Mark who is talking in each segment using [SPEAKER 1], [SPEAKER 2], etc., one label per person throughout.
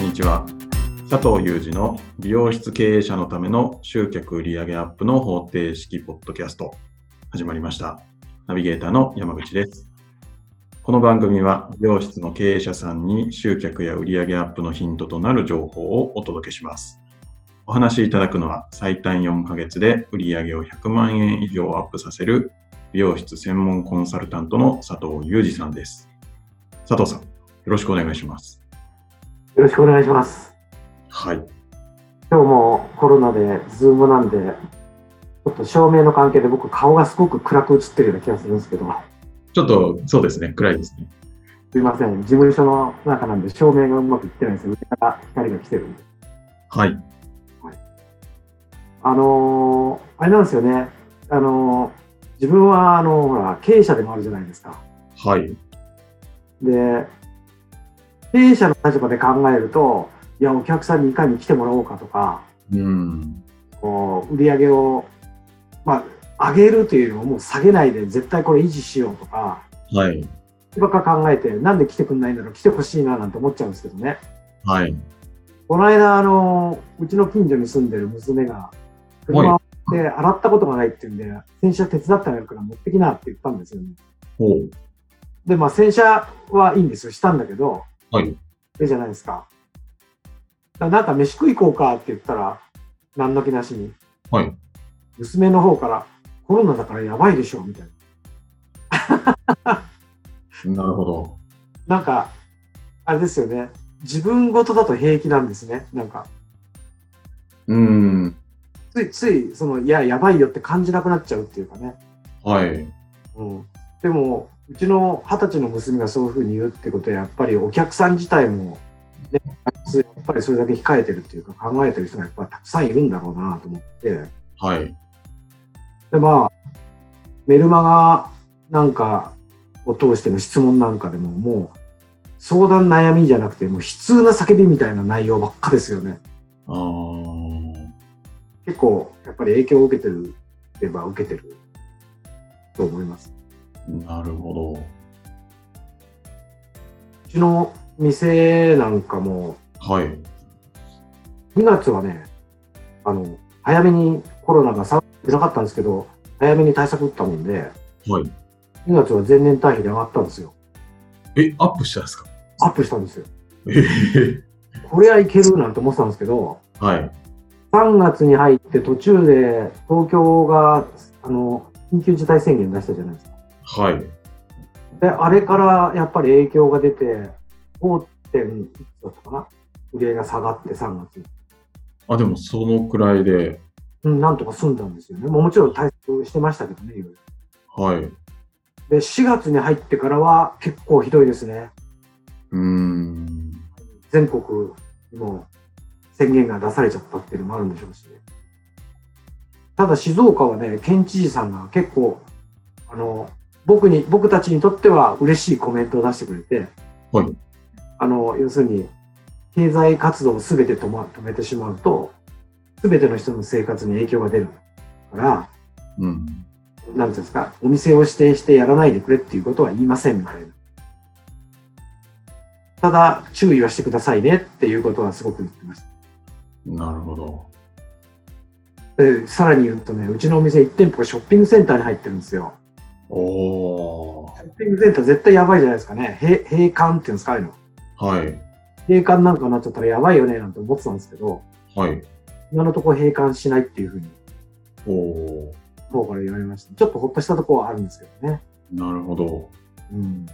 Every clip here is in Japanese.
[SPEAKER 1] にちは。佐藤裕二の美容室経営者のための集客売上アップの方程式ポッドキャスト始まりました。ナビゲーターの山口です。この番組は美容室の経営者さんに集客や売上アップのヒントとなる情報をお届けします。お話しいただくのは最短4ヶ月で売上を100万円以上アップさせる美容室専門コンサルタントの佐藤裕二さんです。佐藤さん、よろしくお願いします。
[SPEAKER 2] よろしくお願いします。
[SPEAKER 1] はい。
[SPEAKER 2] 今日もコロナで、ズームなんで、ちょっと照明の関係で僕、顔がすごく暗く映ってるような気がするんですけど、
[SPEAKER 1] ちょっと、そうですね、暗いですね。
[SPEAKER 2] すいません、事務所の中なんで照明がうまくいってないんですよ。上から光が来てるんで。
[SPEAKER 1] はい。
[SPEAKER 2] あのーあれなんですよね、あのー自分は、あのーほら、経営者でもあるじゃないですか。
[SPEAKER 1] はい。
[SPEAKER 2] で、経営者の立場で考えると、いや、お客さんにいかに来てもらおうかとか、
[SPEAKER 1] うん。
[SPEAKER 2] こう売り上げを、まあ、上げるというよりももう下げないで絶対これ維持しようとか
[SPEAKER 1] はい。
[SPEAKER 2] ばっか考えてなんで来てくんないんだろう来てほしいななんて思っちゃうんですけどね
[SPEAKER 1] はい。
[SPEAKER 2] この間あのうちの近所に住んでる娘が車をで洗ったことがないっていうんで洗車手伝ってあげるから持ってきなって言ったんですよね
[SPEAKER 1] ほう。
[SPEAKER 2] でまあ洗車はいいんですよしたんだけど
[SPEAKER 1] はい。
[SPEAKER 2] ええじゃないですかだからなんか飯食い行こうかって言ったら何の気なしに
[SPEAKER 1] はい。
[SPEAKER 2] 娘の方からコロナだからやばいでしょみたいな
[SPEAKER 1] なるほど。
[SPEAKER 2] なんか、あれですよね。自分ごとだと平気なんですね。なんか、
[SPEAKER 1] うん。
[SPEAKER 2] ついつい、その、いや、やばいよって感じなくなっちゃうっていうかね。
[SPEAKER 1] はい。
[SPEAKER 2] うん。でも、うちの二十歳の娘がそういうふうに言うってことは、やっぱりお客さん自体も、ね、やっぱりそれだけ控えてるっていうか、考えてる人がやっぱたくさんいるんだろうなと思って。
[SPEAKER 1] はい。
[SPEAKER 2] で、まあ、メルマガなんかを通しての質問なんかでも、もう、相談悩みじゃなくて、もう悲痛な叫びみたいな内容ばっかですよね。
[SPEAKER 1] あー
[SPEAKER 2] 結構やっぱり影響を受けてるれば受けてると思います。
[SPEAKER 1] なるほ
[SPEAKER 2] うちの店なんかも
[SPEAKER 1] ど。はい。
[SPEAKER 2] 2月はね、あの早めにコロナが下がってなかったんですけど、早めに対策打ったもんで、
[SPEAKER 1] はい。
[SPEAKER 2] 2月は前年対比で上がったんですよ。
[SPEAKER 1] え、アップしたんですか
[SPEAKER 2] アップしたんですよ。
[SPEAKER 1] ええ
[SPEAKER 2] これはいけるなんて思ってたんですけど、
[SPEAKER 1] はい。
[SPEAKER 2] 3月に入って途中で東京があの緊急事態宣言出したじゃないですか。
[SPEAKER 1] はい。
[SPEAKER 2] で、あれからやっぱり影響が出て、5.1だったかな売り上げが下がって3月に。
[SPEAKER 1] あ、でもそのくらいで、
[SPEAKER 2] うん、なんとか済んだんですよね。もうもちろん対策してましたけどね、いろいろ。
[SPEAKER 1] はい。
[SPEAKER 2] で、4月に入ってからは結構ひどいですね。
[SPEAKER 1] うん。
[SPEAKER 2] 全国にも宣言が出されちゃったっていうのもあるんでしょうし、ね。ただ静岡はね、県知事さんが結構、あの、僕に、僕たちにとっては嬉しいコメントを出してくれて、
[SPEAKER 1] はい
[SPEAKER 2] あの、要するに、経済活動をすべて止,、ま、止めてしまうと、すべての人の生活に影響が出るから、
[SPEAKER 1] うん。
[SPEAKER 2] なんていうんですか、お店を指定してやらないでくれっていうことは言いませんみたいな。ただ、注意はしてくださいねっていうことはすごく言ってました。
[SPEAKER 1] なるほど。
[SPEAKER 2] でさらに言うとね、うちのお店1店舗がショッピングセンターに入ってるんですよ。
[SPEAKER 1] おー
[SPEAKER 2] ショッピングセンター絶対やばいじゃないですかね。閉閉館っていうんですか、ああいうの。
[SPEAKER 1] はい。
[SPEAKER 2] 閉館なんかになっちゃったらやばいよねなんて思ってたんですけど、
[SPEAKER 1] はい。
[SPEAKER 2] 今のところ閉館しないっていうふうに、
[SPEAKER 1] おお
[SPEAKER 2] 方から言われました。ちょっとほっとしたところはあるんですけどね。
[SPEAKER 1] なるほど。
[SPEAKER 2] うん。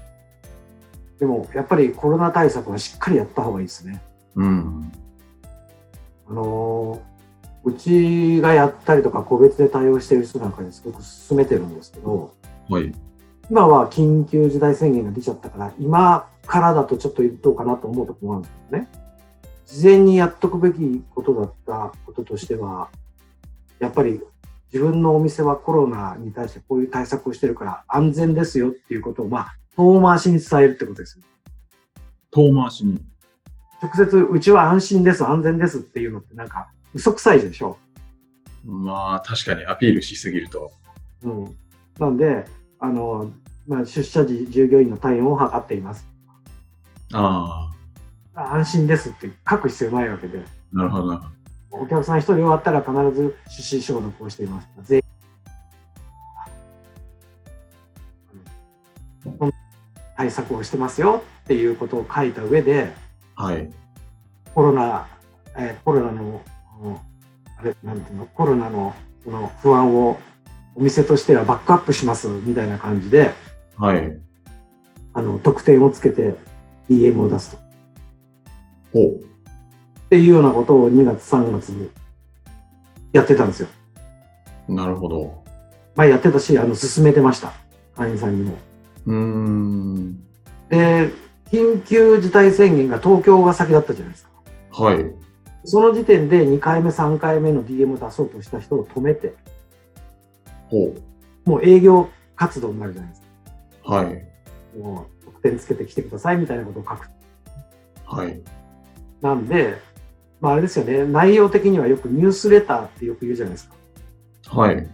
[SPEAKER 2] でも、やっぱりコロナ対策はしっかりやった方がいいですね。
[SPEAKER 1] うん。
[SPEAKER 2] あのーうちがやったりとか個別で対応している人なんかにすごく勧めてるんですけど、
[SPEAKER 1] はい。
[SPEAKER 2] 今は緊急事態宣言が出ちゃったから、今からだとちょっとどうかなと思うところもあるんですけどね。事前にやっとくべきことだったこととしては、やっぱり自分のお店はコロナに対してこういう対策をしてるから安全ですよっていうことを、まあ、遠回しに伝えるってことですよ。
[SPEAKER 1] 遠回しに。
[SPEAKER 2] 直接、うちは安心です、安全ですっていうのってなんか嘘くさいでしょ。
[SPEAKER 1] まあ、確かにアピールしすぎると。
[SPEAKER 2] うん、なんであの、まあ、出社時従業員の体温を測っています
[SPEAKER 1] ああ。
[SPEAKER 2] 安心ですって書く必要ないわけで、
[SPEAKER 1] なるほどな。
[SPEAKER 2] お客さん一人終わったら必ず手指消毒をしています。全員あの対策をしてますよっていうことを書いた上で、
[SPEAKER 1] はい。
[SPEAKER 2] コロナ、えーコロナの、あのあれ、なんていうの、コロナのその不安をお店としてはバックアップしますみたいな感じで、
[SPEAKER 1] はい。
[SPEAKER 2] あの、特典をつけて DM を出すと。
[SPEAKER 1] ほう。
[SPEAKER 2] っていうようなことを2月、3月にやってたんですよ。
[SPEAKER 1] なるほど。
[SPEAKER 2] まあやってたし、あの、進めてました。会員さんにも。
[SPEAKER 1] うーん。
[SPEAKER 2] で、緊急事態宣言が東京が先だったじゃないですか。
[SPEAKER 1] はい。
[SPEAKER 2] その時点で2回目、3回目の DM を出そうとした人を止めて、
[SPEAKER 1] ほ
[SPEAKER 2] もう営業活動になるじゃないですか。
[SPEAKER 1] う。はい。
[SPEAKER 2] もう得点つけてきてくださいみたいなことを書く。
[SPEAKER 1] はい。
[SPEAKER 2] なんで、まああれですよね、内容的にはよくニュースレターってよく言うじゃないですか。
[SPEAKER 1] はい。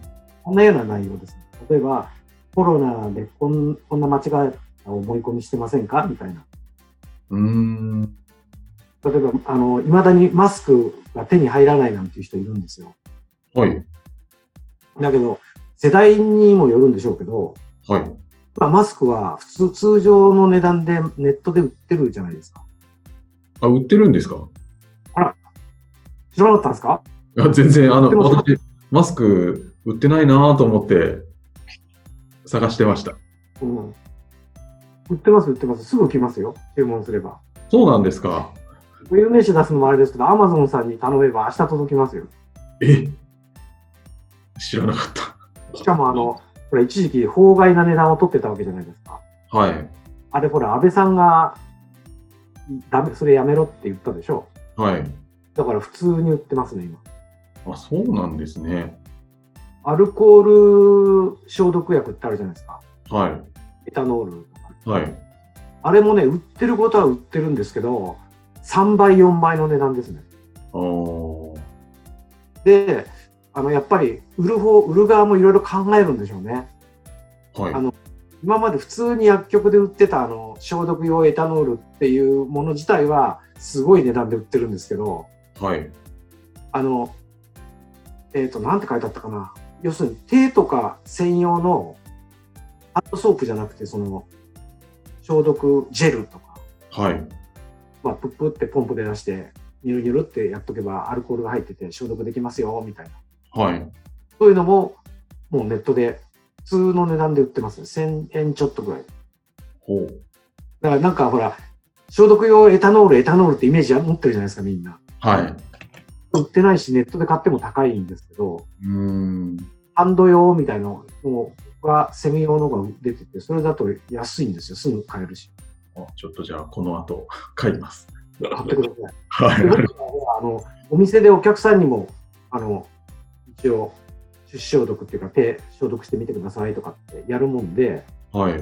[SPEAKER 2] こんなような内容です、ね。例えば、コロナでこんこんな間違った思い込みしてませんかみたいな。
[SPEAKER 1] うーん。
[SPEAKER 2] 例えば、あの、いまだにマスクが手に入らないなんていう人いるんですよ。
[SPEAKER 1] はい。
[SPEAKER 2] だけど、世代にもよるんでしょうけど、
[SPEAKER 1] はい。
[SPEAKER 2] まあ、マスクは普通、通常の値段でネットで売ってるじゃないですか。
[SPEAKER 1] あ、売ってるんですか
[SPEAKER 2] 知らなかったんですか
[SPEAKER 1] いや、全然、あの、
[SPEAKER 2] でも
[SPEAKER 1] 私、マスク売ってないなぁと思って探してました。
[SPEAKER 2] うん。売ってます、売ってます。すぐ来ますよ。注文すれば。
[SPEAKER 1] そうなんですか。
[SPEAKER 2] 有名詞出すのもあれですけど、アマゾンさんに頼めば明日届きますよ。
[SPEAKER 1] え知らなかった。
[SPEAKER 2] しかも、あの、これ一時期、法外な値段を取ってたわけじゃないですか。
[SPEAKER 1] はい。
[SPEAKER 2] あれ、ほら、安倍さんが、ダメ、それやめろって言ったでしょ。
[SPEAKER 1] はい。
[SPEAKER 2] だから普通に売ってますね、今。
[SPEAKER 1] あ、そうなんですね。
[SPEAKER 2] アルコール消毒薬ってあるじゃないですか。
[SPEAKER 1] は
[SPEAKER 2] エタノールとか。
[SPEAKER 1] い。はい。
[SPEAKER 2] あれもね、売ってることは売ってるんですけど、3倍、4倍の値段ですね。
[SPEAKER 1] あー
[SPEAKER 2] で、あのやっぱり売る方、売る側もいろいろ考えるんでしょうね。
[SPEAKER 1] はい
[SPEAKER 2] あ。の今まで普通に薬局で売ってたあの消毒用エタノールっていうもの自体はすごい値段で売ってるんですけど、
[SPEAKER 1] はい。
[SPEAKER 2] あの、えっ、と、なんて書いてあったかな。要するに手とか専用のハンドソープじゃなくて、その消毒ジェルとか、
[SPEAKER 1] はい。
[SPEAKER 2] まあ、プップってポンプで出して、ニュルニュルってやっとけばアルコールが入ってて消毒できますよ、みたいな。
[SPEAKER 1] はい。
[SPEAKER 2] そういうのも、もうネットで、普通の値段で売ってますね。1000円ちょっとぐらい。
[SPEAKER 1] ほう。
[SPEAKER 2] だからなんかほら、消毒用エタノール、エタノールってイメージは持ってるじゃないですか、みんな。
[SPEAKER 1] はい。
[SPEAKER 2] 売ってないし、ネットで買っても高いんですけど、
[SPEAKER 1] うーん。
[SPEAKER 2] ハンド用みたいなのが、セミ用のが出てて、それだと安いんですよ。すぐ買えるし。
[SPEAKER 1] あちょっとじゃあ、この後、 書います。
[SPEAKER 2] 買ってください。
[SPEAKER 1] は
[SPEAKER 2] で僕
[SPEAKER 1] い。
[SPEAKER 2] らはあのお店でお客さんにも、あの、一応、手指消毒っていうか、手消毒してみてくださいとかってやるもんで、
[SPEAKER 1] はい。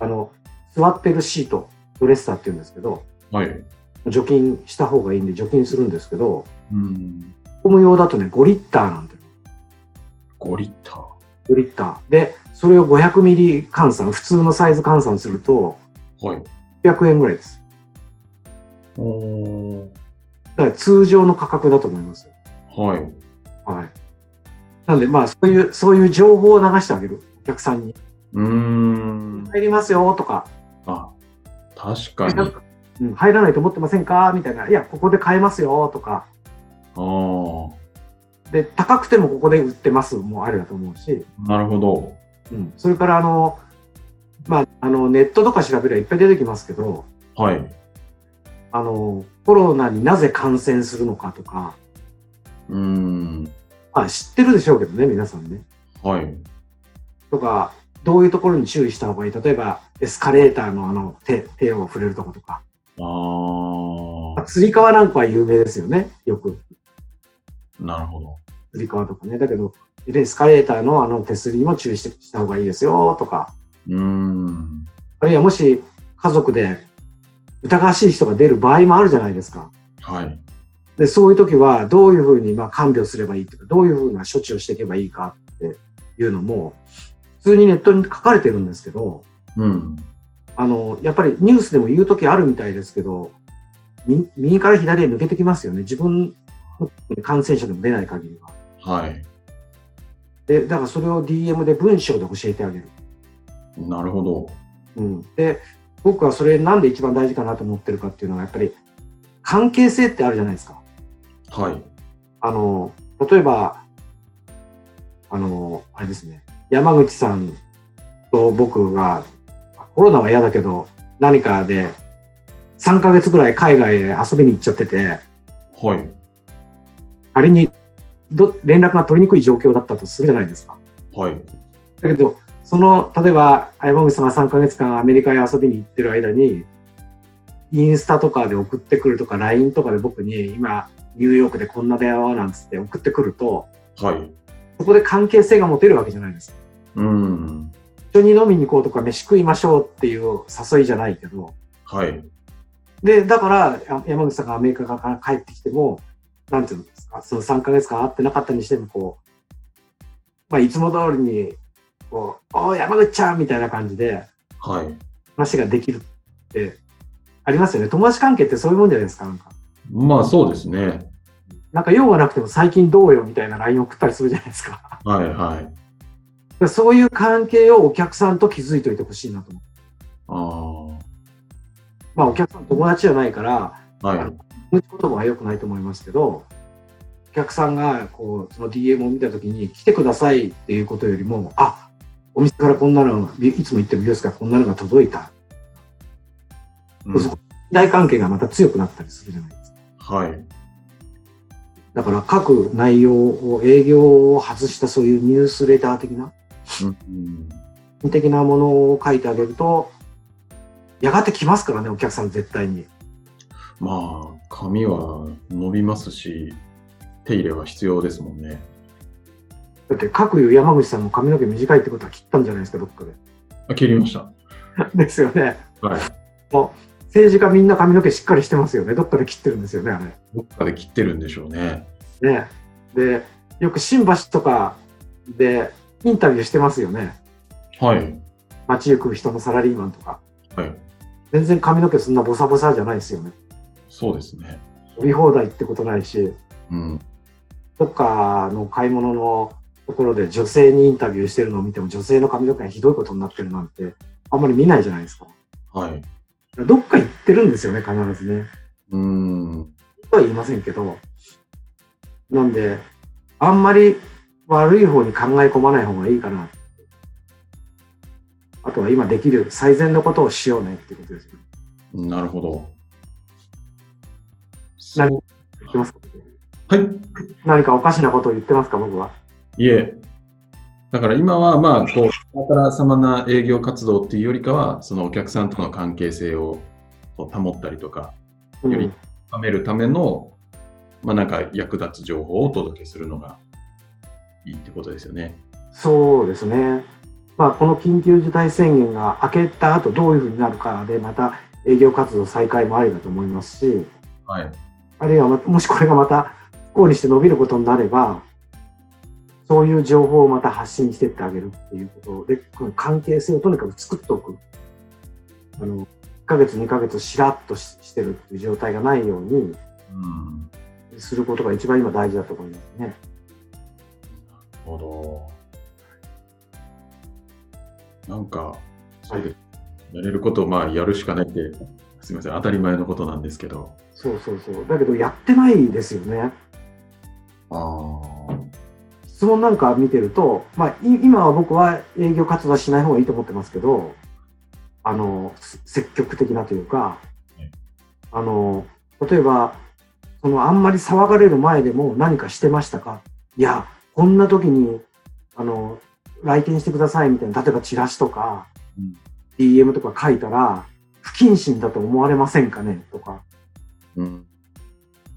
[SPEAKER 2] あの、座ってるシート、ドレッサーって言うんですけど、
[SPEAKER 1] はい。
[SPEAKER 2] 除菌した方がいいんで除菌するんですけど、
[SPEAKER 1] うん。
[SPEAKER 2] ホーム用だとね、5リッターなんだよ。
[SPEAKER 1] 5リッター。
[SPEAKER 2] 5リッター。で、それを500ミリ換算、普通のサイズ換算すると、
[SPEAKER 1] はい。
[SPEAKER 2] 100円ぐらいです。
[SPEAKER 1] おー
[SPEAKER 2] だから通常の価格だと思いますよ。
[SPEAKER 1] はい。
[SPEAKER 2] はい。なんで、まあ、そういう、そういう情報を流してあげる。お客さんに。
[SPEAKER 1] うーん。
[SPEAKER 2] 入りますよとか、
[SPEAKER 1] あ、確 かに。あ
[SPEAKER 2] うん、入らないと思ってませんかみたいな。いや、ここで買えますよとか。
[SPEAKER 1] あ、
[SPEAKER 2] で、高くてもここで売ってますもあるだと思うし。
[SPEAKER 1] なるほど。
[SPEAKER 2] うん。それから、あの、まあ、あの、ネットとか調べればいっぱい出てきますけど、
[SPEAKER 1] はい。
[SPEAKER 2] あの、コロナになぜ感染するのかとか、
[SPEAKER 1] うーん。
[SPEAKER 2] まあ、知ってるでしょうけどね、皆さんね。
[SPEAKER 1] はい。
[SPEAKER 2] とか、どういうところに注意した方がいい。例えば、エスカレーターのあの手、手を触れるとことか。
[SPEAKER 1] ああ、
[SPEAKER 2] 釣り革なんかは有名ですよね、よく。
[SPEAKER 1] なるほど。
[SPEAKER 2] 釣り革とかね。だけど、エスカレーターのあの手すりも注意してした方がいいですよ、とか。
[SPEAKER 1] うーん。
[SPEAKER 2] あるいはもし、家族で疑わしい人が出る場合もあるじゃないですか。
[SPEAKER 1] はい。
[SPEAKER 2] で、そういう時は、どういうふうに、まあ、看病すればいいとか、どういうふうな処置をしていけばいいかっていうのも、普通にネットに書かれてるんですけど、
[SPEAKER 1] うん。
[SPEAKER 2] あの、やっぱりニュースでも言う時あるみたいですけど、み右から左へ抜けてきますよね。自分の感染者でも出ない限りは。
[SPEAKER 1] はい。
[SPEAKER 2] で、だからそれを DM で文章で教えてあげる。
[SPEAKER 1] なるほど。
[SPEAKER 2] うん、で僕はそれなんで一番大事かなと思ってるかっていうのはやっぱり関係性ってあるじゃないですか。
[SPEAKER 1] はい。
[SPEAKER 2] あの例えばあのあれですね山口さんと僕がコロナは嫌だけど何かで3ヶ月ぐらい海外へ遊びに行っちゃってて
[SPEAKER 1] はい。
[SPEAKER 2] 仮にど連絡が取りにくい状況だったとするじゃないですか。
[SPEAKER 1] はい。
[SPEAKER 2] だけど、その、例えば、山口さんが3ヶ月間アメリカへ遊びに行ってる間に、インスタとかで送ってくるとか、LINE とかで僕に、今、ニューヨークでこんな電話なんつって送ってくると、
[SPEAKER 1] はい。
[SPEAKER 2] そこで関係性が持てるわけじゃないですか。
[SPEAKER 1] うん。
[SPEAKER 2] 一緒に飲みに行こうとか、飯食いましょうっていう誘いじゃないけど、
[SPEAKER 1] はい。
[SPEAKER 2] で、だから、や山口さんがアメリカから帰ってきても、なんていうんですか、その3ヶ月間会ってなかったにしても、こう、まあ、いつも通りに、こう、おー、山口ちゃんみたいな感じで、
[SPEAKER 1] はい。
[SPEAKER 2] 話ができるってありますよね。友達関係ってそういうもんじゃないですか。なんか、
[SPEAKER 1] まあそうですね。
[SPEAKER 2] なんか用がなくても最近どうよみたいな LINE 送ったりするじゃないですか。だか
[SPEAKER 1] はいはい。
[SPEAKER 2] らそういう関係をお客さんと築いておいてほしいなと
[SPEAKER 1] あ
[SPEAKER 2] 思う。まあお客さん友達じゃないから、
[SPEAKER 1] あ。はい。
[SPEAKER 2] 無知言葉は良くないと思いますけど、お客さんがこう、その DM を見たときに来てくださいっていうことよりも、あお店からこんなの、いいつも行ってる美容室からこんなのが届いた。
[SPEAKER 1] うん
[SPEAKER 2] 大関係がまた強くなったりするじゃないですか。
[SPEAKER 1] はい。
[SPEAKER 2] だから各内容を営業を外したそういうニュースレター的な
[SPEAKER 1] うん
[SPEAKER 2] 的なものを書いてあげるとやがて来ますからねお客さん絶対に
[SPEAKER 1] まあ、髪は伸びますし、手入れは必要ですもんね。
[SPEAKER 2] だって各有山口さんも髪の毛短いってことは切ったんじゃないですかどっかで
[SPEAKER 1] あ、切りました。
[SPEAKER 2] です よね
[SPEAKER 1] はい。
[SPEAKER 2] 政治家みんな髪の毛しっかりしてますよねどっかで切ってるんですよねあ
[SPEAKER 1] どっかで切ってるんでしょうね。
[SPEAKER 2] れねでよく新橋とかでインタビューしてますよね
[SPEAKER 1] はい。
[SPEAKER 2] 街行く人のサラリーマンとか
[SPEAKER 1] はい。
[SPEAKER 2] 全然髪の毛そんなボサボサじゃないですよね
[SPEAKER 1] そうですね。
[SPEAKER 2] 飛び放題ってことないし
[SPEAKER 1] うん。
[SPEAKER 2] どっかの買い物のところで女性にインタビューしてるのを見ても女性の髪の毛がひどいことになってるなんてあんまり見ないじゃないですか。
[SPEAKER 1] はい。
[SPEAKER 2] どっか行ってるんですよね、必ずね。
[SPEAKER 1] うん。
[SPEAKER 2] とは言いませんけど。なんで、あんまり悪い方に考え込まない方がいいかな。あとは今できる最善のことをしようねってことですよね。
[SPEAKER 1] なるほど。
[SPEAKER 2] な
[SPEAKER 1] そう
[SPEAKER 2] 言ってますか
[SPEAKER 1] はい。
[SPEAKER 2] 何かおかしなことを言ってますか、僕は。
[SPEAKER 1] いえ、だから今はまあ、こう、あからさまな営業活動っていうよりかは、そのお客さんとの関係性をこう保ったりとか、
[SPEAKER 2] う
[SPEAKER 1] より
[SPEAKER 2] ん、
[SPEAKER 1] 深めるための、まあなんか役立つ情報をお届けするのがいいってことですよね。
[SPEAKER 2] そうですね、まあ、この緊急事態宣言が明けた後どういうふうになるかで、また営業活動再開もありだと思いますし、
[SPEAKER 1] はい。
[SPEAKER 2] あるいはまもしこれがまた不幸にして伸びることになれば、そういう情報をまた発信していってあげるっていうことで、この関係性をとにかく作っておく。あの1ヶ月、2ヶ月、しらっとししてるっていう状態がないように
[SPEAKER 1] うん。な
[SPEAKER 2] することが一番今大事だと思いますね。
[SPEAKER 1] るほど。なんか、そうです。やれることをまあやるしかないって、すみません、当たり前のことなんですけど。
[SPEAKER 2] そうそうそう。だけどやってないですよね。
[SPEAKER 1] ああ。
[SPEAKER 2] 質問なんか見てると、まあ、い今は僕は営業活動はしない方がいいと思ってますけど、あの、す積極的なというか
[SPEAKER 1] はい、
[SPEAKER 2] あの、例えば、そのあんまり騒がれる前でも何かしてましたかいや、こんな時に、あの、来店してくださいみたいな、例えばチラシとか、
[SPEAKER 1] うん
[SPEAKER 2] DM とか書いたら、不謹慎だと思われませんかねとか、
[SPEAKER 1] うん。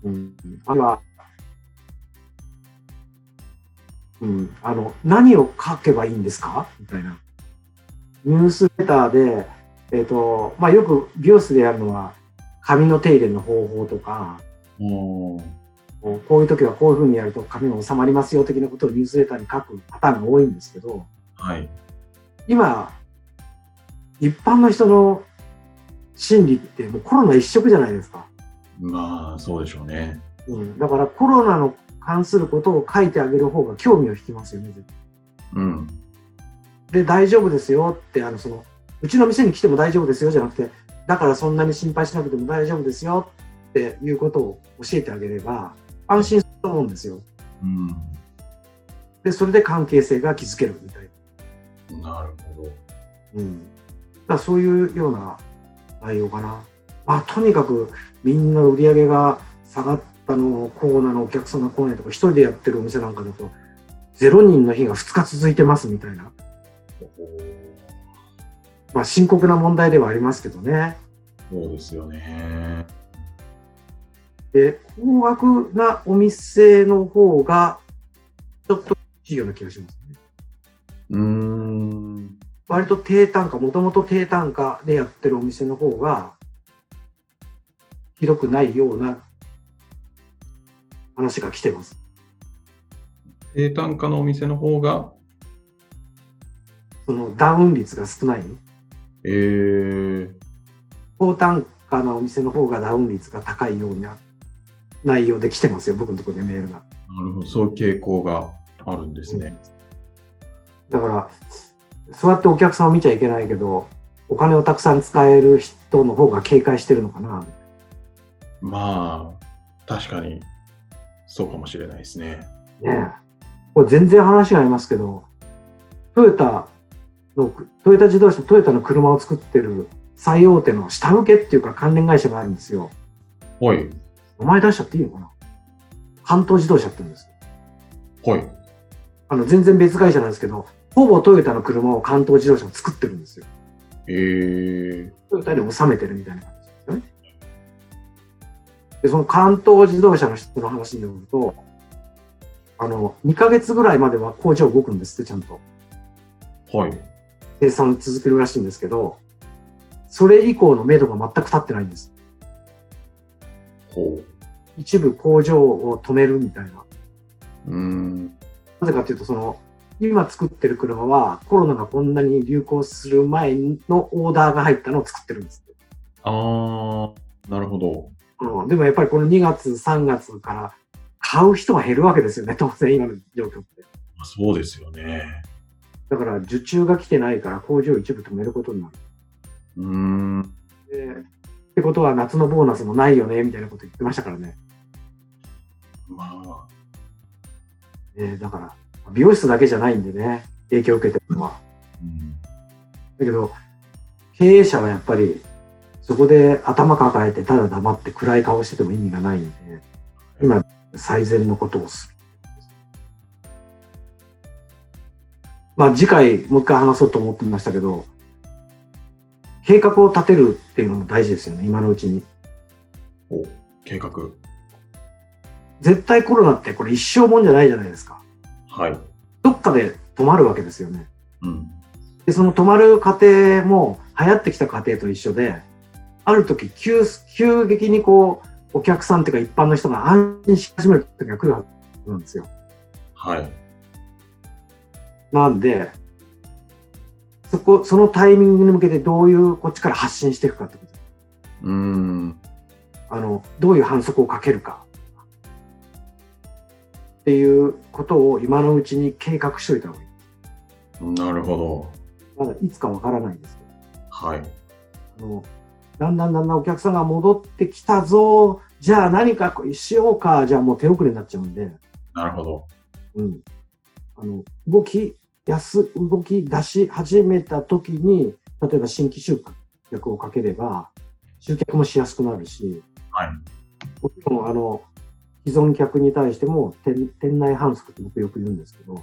[SPEAKER 2] うん、あるいは、うん、あの、何を書けばいいんですかみたいな。ニュースレターで、えっ、と、まあ、よく美容室でやるのは、髪の手入れの方法とか、
[SPEAKER 1] おー
[SPEAKER 2] こうこういう時はこういうふうにやると髪が収まりますよ的なことをニュースレターに書くパターンが多いんですけど、
[SPEAKER 1] はい。
[SPEAKER 2] 今、一般の人の心理ってもうコロナ一色じゃないですか。
[SPEAKER 1] まあ、そうでしょうね。
[SPEAKER 2] うん、だからコロナの関することを書いてあげる方が興味を引きますよね。絶対
[SPEAKER 1] うん。
[SPEAKER 2] で、大丈夫ですよって、あの、その、うちの店に来ても大丈夫ですよじゃなくて、だからそんなに心配しなくても大丈夫ですよっていうことを教えてあげれば、安心すると思うんですよ。
[SPEAKER 1] うん。
[SPEAKER 2] で、それで関係性が築けるみたいな。
[SPEAKER 1] なるほど。
[SPEAKER 2] うん。だからそういうような内容かな。まあ、とにかくみんな売り上げが下がったのをコーナーのお客さんが来ないとか、一人でやってるお店なんかだと、0人の日が2日続いてますみたいな。まあ、深刻な問題ではありますけどね。
[SPEAKER 1] そうですよね。
[SPEAKER 2] で、高額なお店の方が、ちょっといいような気がしますね。
[SPEAKER 1] うーん。
[SPEAKER 2] 割と低単価、もともと低単価でやってるお店の方が、ひどくないような話が来てます。
[SPEAKER 1] 低単価のお店の方が、
[SPEAKER 2] そのダウン率が少ない。
[SPEAKER 1] えー、
[SPEAKER 2] 高単価なお店の方がダウン率が高いような内容で来てますよ、僕のところでメールが。
[SPEAKER 1] なるほど。そういう傾向があるんですね。
[SPEAKER 2] だから、そうやってお客さんを見ちゃいけないけど、お金をたくさん使える人の方が警戒してるのかな。
[SPEAKER 1] まあ、確かに、そうかもしれないですね。
[SPEAKER 2] ねえこれ全然話がありますけど、トヨタの、トヨタ自動車、トヨタの車を作ってる最大手の下請けっていうか関連会社があるんですよ。
[SPEAKER 1] はい。
[SPEAKER 2] 名前出しちゃっていいのかな関東自動車って言うんです。
[SPEAKER 1] はい。
[SPEAKER 2] あの、全然別会社なんですけど、ほぼトヨタの車を関東自動車が作ってるんですよ。
[SPEAKER 1] えー、
[SPEAKER 2] トヨタで収めてるみたいな感じですよね。で、その関東自動車の人の話によると、あの、2ヶ月ぐらいまでは工場動くんですって、ちゃんと。
[SPEAKER 1] はい。
[SPEAKER 2] 生産を続けるらしいんですけど、それ以降の目処が全く立ってないんです。
[SPEAKER 1] ほ
[SPEAKER 2] 一部工場を止めるみたいな。
[SPEAKER 1] う。うーん。
[SPEAKER 2] なぜかというと、その、今作ってる車はコロナがこんなに流行する前のオーダーが入ったのを作ってるんです。
[SPEAKER 1] あー、なるほど。
[SPEAKER 2] うん、でもやっぱりこの2月、3月から買う人が減るわけですよね、当然今の状況って。
[SPEAKER 1] まあそうですよね。
[SPEAKER 2] だから受注が来てないから工場を一部止めることになる。
[SPEAKER 1] うーん。
[SPEAKER 2] でってことは夏のボーナスもないよね、みたいなこと言ってましたからね。
[SPEAKER 1] まあ、
[SPEAKER 2] えーだから、美容室だけじゃないんでね、影響を受けてるのは。
[SPEAKER 1] うん、
[SPEAKER 2] だけど、経営者はやっぱり、そこで頭抱えて、ただ黙って暗い顔してても意味がないんで、今、最善のことをする。まあ、次回、もう一回話そうと思ってましたけど、計画を立てるっていうのも大事ですよね、今のうちに。
[SPEAKER 1] お計画。
[SPEAKER 2] 絶対コロナってこれ一生もんじゃないじゃないですか。
[SPEAKER 1] はい。
[SPEAKER 2] どっかで止まるわけですよね。
[SPEAKER 1] うん。
[SPEAKER 2] で、その止まる過程も流行ってきた過程と一緒で、ある時急、急激にこう、お客さんっていうか一般の人が安心し始める時が来るはずなんですよ。
[SPEAKER 1] はい。
[SPEAKER 2] なんで、そこ、そのタイミングに向けてどういう、こっちから発信していくかってこと。
[SPEAKER 1] うーん。
[SPEAKER 2] あの、どういう反則をかけるか。っていうことを今のうちに計画しといた方がいい。
[SPEAKER 1] なるほ
[SPEAKER 2] まだいつかわからないですけど。
[SPEAKER 1] ど。はい。
[SPEAKER 2] あのだんだんだんだんお客さんが戻ってきたぞ、じゃあ何かしようか、じゃあもう手遅れになっちゃうんで、
[SPEAKER 1] なるほど。
[SPEAKER 2] うん、あの動きやす、動き出し始めた時に、例えば新規集客をかければ、集客もしやすくなるし、
[SPEAKER 1] はい。
[SPEAKER 2] もちろんあの既存客に対しても店店内反則って僕よく言うんですけど、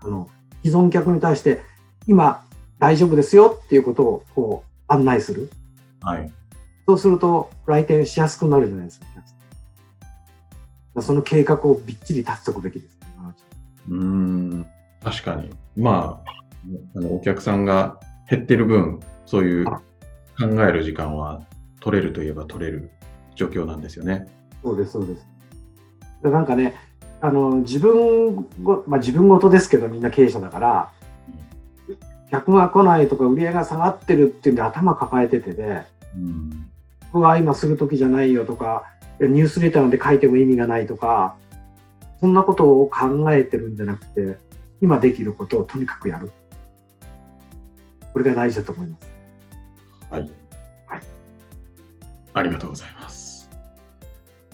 [SPEAKER 2] あの既存客に対して、今大丈夫ですよっていうことをこう案内する。
[SPEAKER 1] はい。
[SPEAKER 2] そうすると来店しやすくなるじゃないですか。お客さんだからその計画をびっちり立てとくべきですね。今のうち
[SPEAKER 1] うーん。確かに。まあ、あのお客さんが減ってる分、そういう考える時間は取れるといえば取れる状況なんですよね。
[SPEAKER 2] そうです、そうです。でなんかね、あの自分ご、まあ、自分事ですけど、みんな経営者だから、客が来ないとか、売り上げが下がってるっていうんで、頭抱えててで、
[SPEAKER 1] うん。
[SPEAKER 2] こは今する時じゃないよとか、ニュースレターで書いても意味がないとか、そんなことを考えてるんじゃなくて、今できることをとにかくやる。これが大事だと思います。
[SPEAKER 1] はい。
[SPEAKER 2] はい
[SPEAKER 1] ありがとうございます。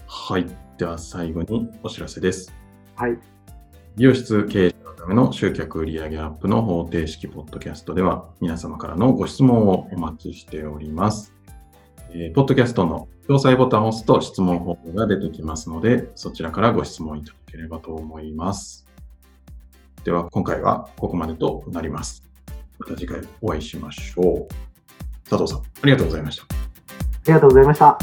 [SPEAKER 1] はい。では最後にお知らせです。
[SPEAKER 2] はい。
[SPEAKER 1] 美容室経営者のための集客売上アップの方程式ポッドキャストでは皆様からのご質問をお待ちしております。えーポッドキャストの詳細ボタンを押すと質問フォームが出てきますので、そちらからご質問いただければと思います。では今回はここまでとなります。また次回お会いしましょう。佐藤さん、ありがとうございました。
[SPEAKER 2] ありがとうございました。